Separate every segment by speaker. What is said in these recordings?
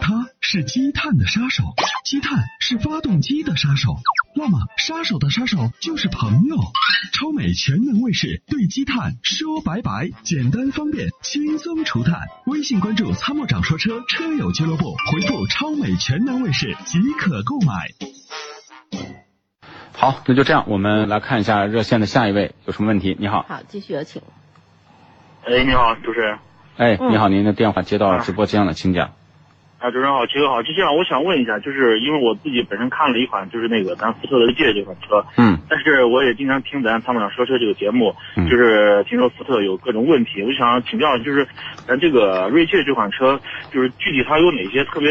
Speaker 1: 它是积碳的杀手，积碳是发动机的杀手，那么杀手的杀手就是朋友。超美全能卫士对积碳说拜拜，简单方便，轻松除碳。微信关注“参谋长说车”车友俱乐部，回复“超美全能卫士”即可购买。”。
Speaker 2: 好，那就这样，我们来看一下热线的下一位有什么问题。你好，
Speaker 3: 好，继续有请。
Speaker 4: 哎，你好，主持人。
Speaker 2: 哎，
Speaker 3: 嗯
Speaker 2: 你好，您的电话接到了直播间了，请讲。
Speaker 4: 啊，主持人好，齐哥好。就这样，我想问一下，就是因为我自己本身看了一款，就是那个咱福特的界这款车，
Speaker 2: 嗯
Speaker 4: 但是我也经常听咱参谋长说车这个节目，
Speaker 2: 嗯
Speaker 4: 就是听说福特有各种问题，我就想请教，就是咱这个锐界这款车，就是具体它有哪些特别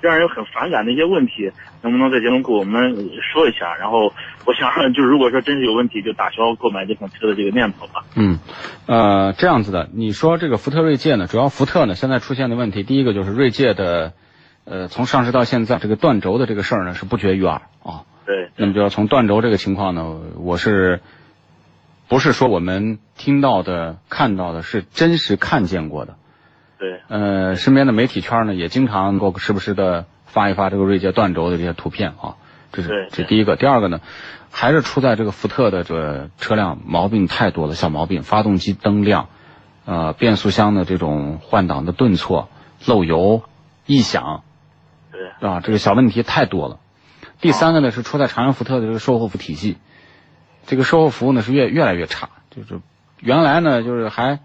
Speaker 4: 让人很反感的一些问题，能不能在节目给我们说一下？然后我想， 就是如果说真是有问题，就打消购买这款车的这个念头吧。
Speaker 2: 嗯，呃，这样子的，你说这个福特锐界呢，主要福特呢现在出现的问题，第一个就是锐界的，呃，从上市到现在这个断轴的这个事儿呢是不绝于耳啊。
Speaker 4: 对，
Speaker 2: 那么就要从断轴这个情况呢，我是不是说我们听到的、看到的是真实看见过的？
Speaker 4: 对，
Speaker 2: 呃，身边的媒体圈呢，也经常能够时不时的发一发这个锐界断轴的这些图片啊。这是
Speaker 4: 对
Speaker 2: 这
Speaker 4: 对
Speaker 2: 第一个，第二个呢，还是出在这个福特的这车辆毛病太多了，小毛病，发动机灯亮，呃，变速箱的这种换挡的顿挫、漏油、异响
Speaker 4: 对，
Speaker 2: 啊，这个小问题太多了。第三个呢是出在长安福特的这个售后服体系，这个售后服务呢是越越来越差，就是原来呢就是还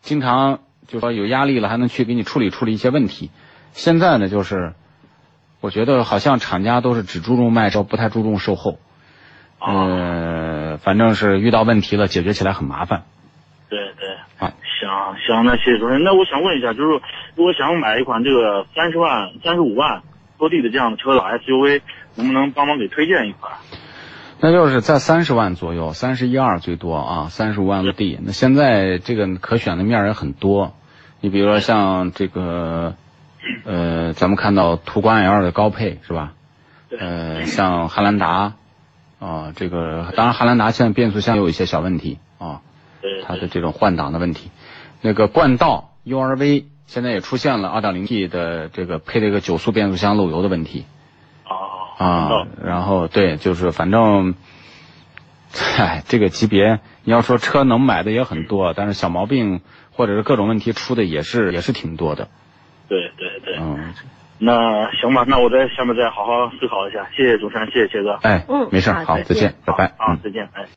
Speaker 2: 经常就说有压力了还能去给你处理处理一些问题，现在呢就是我觉得好像厂家都是只注重卖车，不太注重售后，
Speaker 4: 哦
Speaker 2: 呃，反正是遇到问题了解决起来很麻烦。
Speaker 4: 对对。
Speaker 2: 啊
Speaker 4: 行行，那谢谢主持人。那我想问一下，就是如果想买一款这个三十万、三十五万落地的这样的车的 SUV，能不能帮忙给推荐一款？
Speaker 2: 那就是在三十万左右，三十一二最多啊，三十五万落地。那现在这个可选的面儿也很多，你比如说像这个，呃，咱们看到途观 L 的高配是吧？
Speaker 4: 对
Speaker 2: 呃，像汉兰达，啊、这个当然汉兰达现在变速箱也有一些小问题啊、
Speaker 4: 对
Speaker 2: 它的这种换挡的问题。那个冠道 URV 现在也出现了 2.0T 的这个配了一个九速变速箱漏油的问题。
Speaker 4: 啊
Speaker 2: 啊，然后对，就是反正， 唉，这个级别，你要说车能买的也很多，但是小毛病或者是各种问题出的也是也是挺多的，
Speaker 4: 对对对，
Speaker 2: 嗯，
Speaker 4: 那行吧，那我在下面再好好思考一下。谢谢主持人，谢谢杰哥。
Speaker 2: 哎
Speaker 3: 嗯，
Speaker 2: 没事儿，
Speaker 3: 好
Speaker 2: 好，
Speaker 3: 再
Speaker 2: 再
Speaker 3: 见
Speaker 2: 见，拜拜，
Speaker 4: 啊
Speaker 2: 嗯，。
Speaker 4: 再见，哎。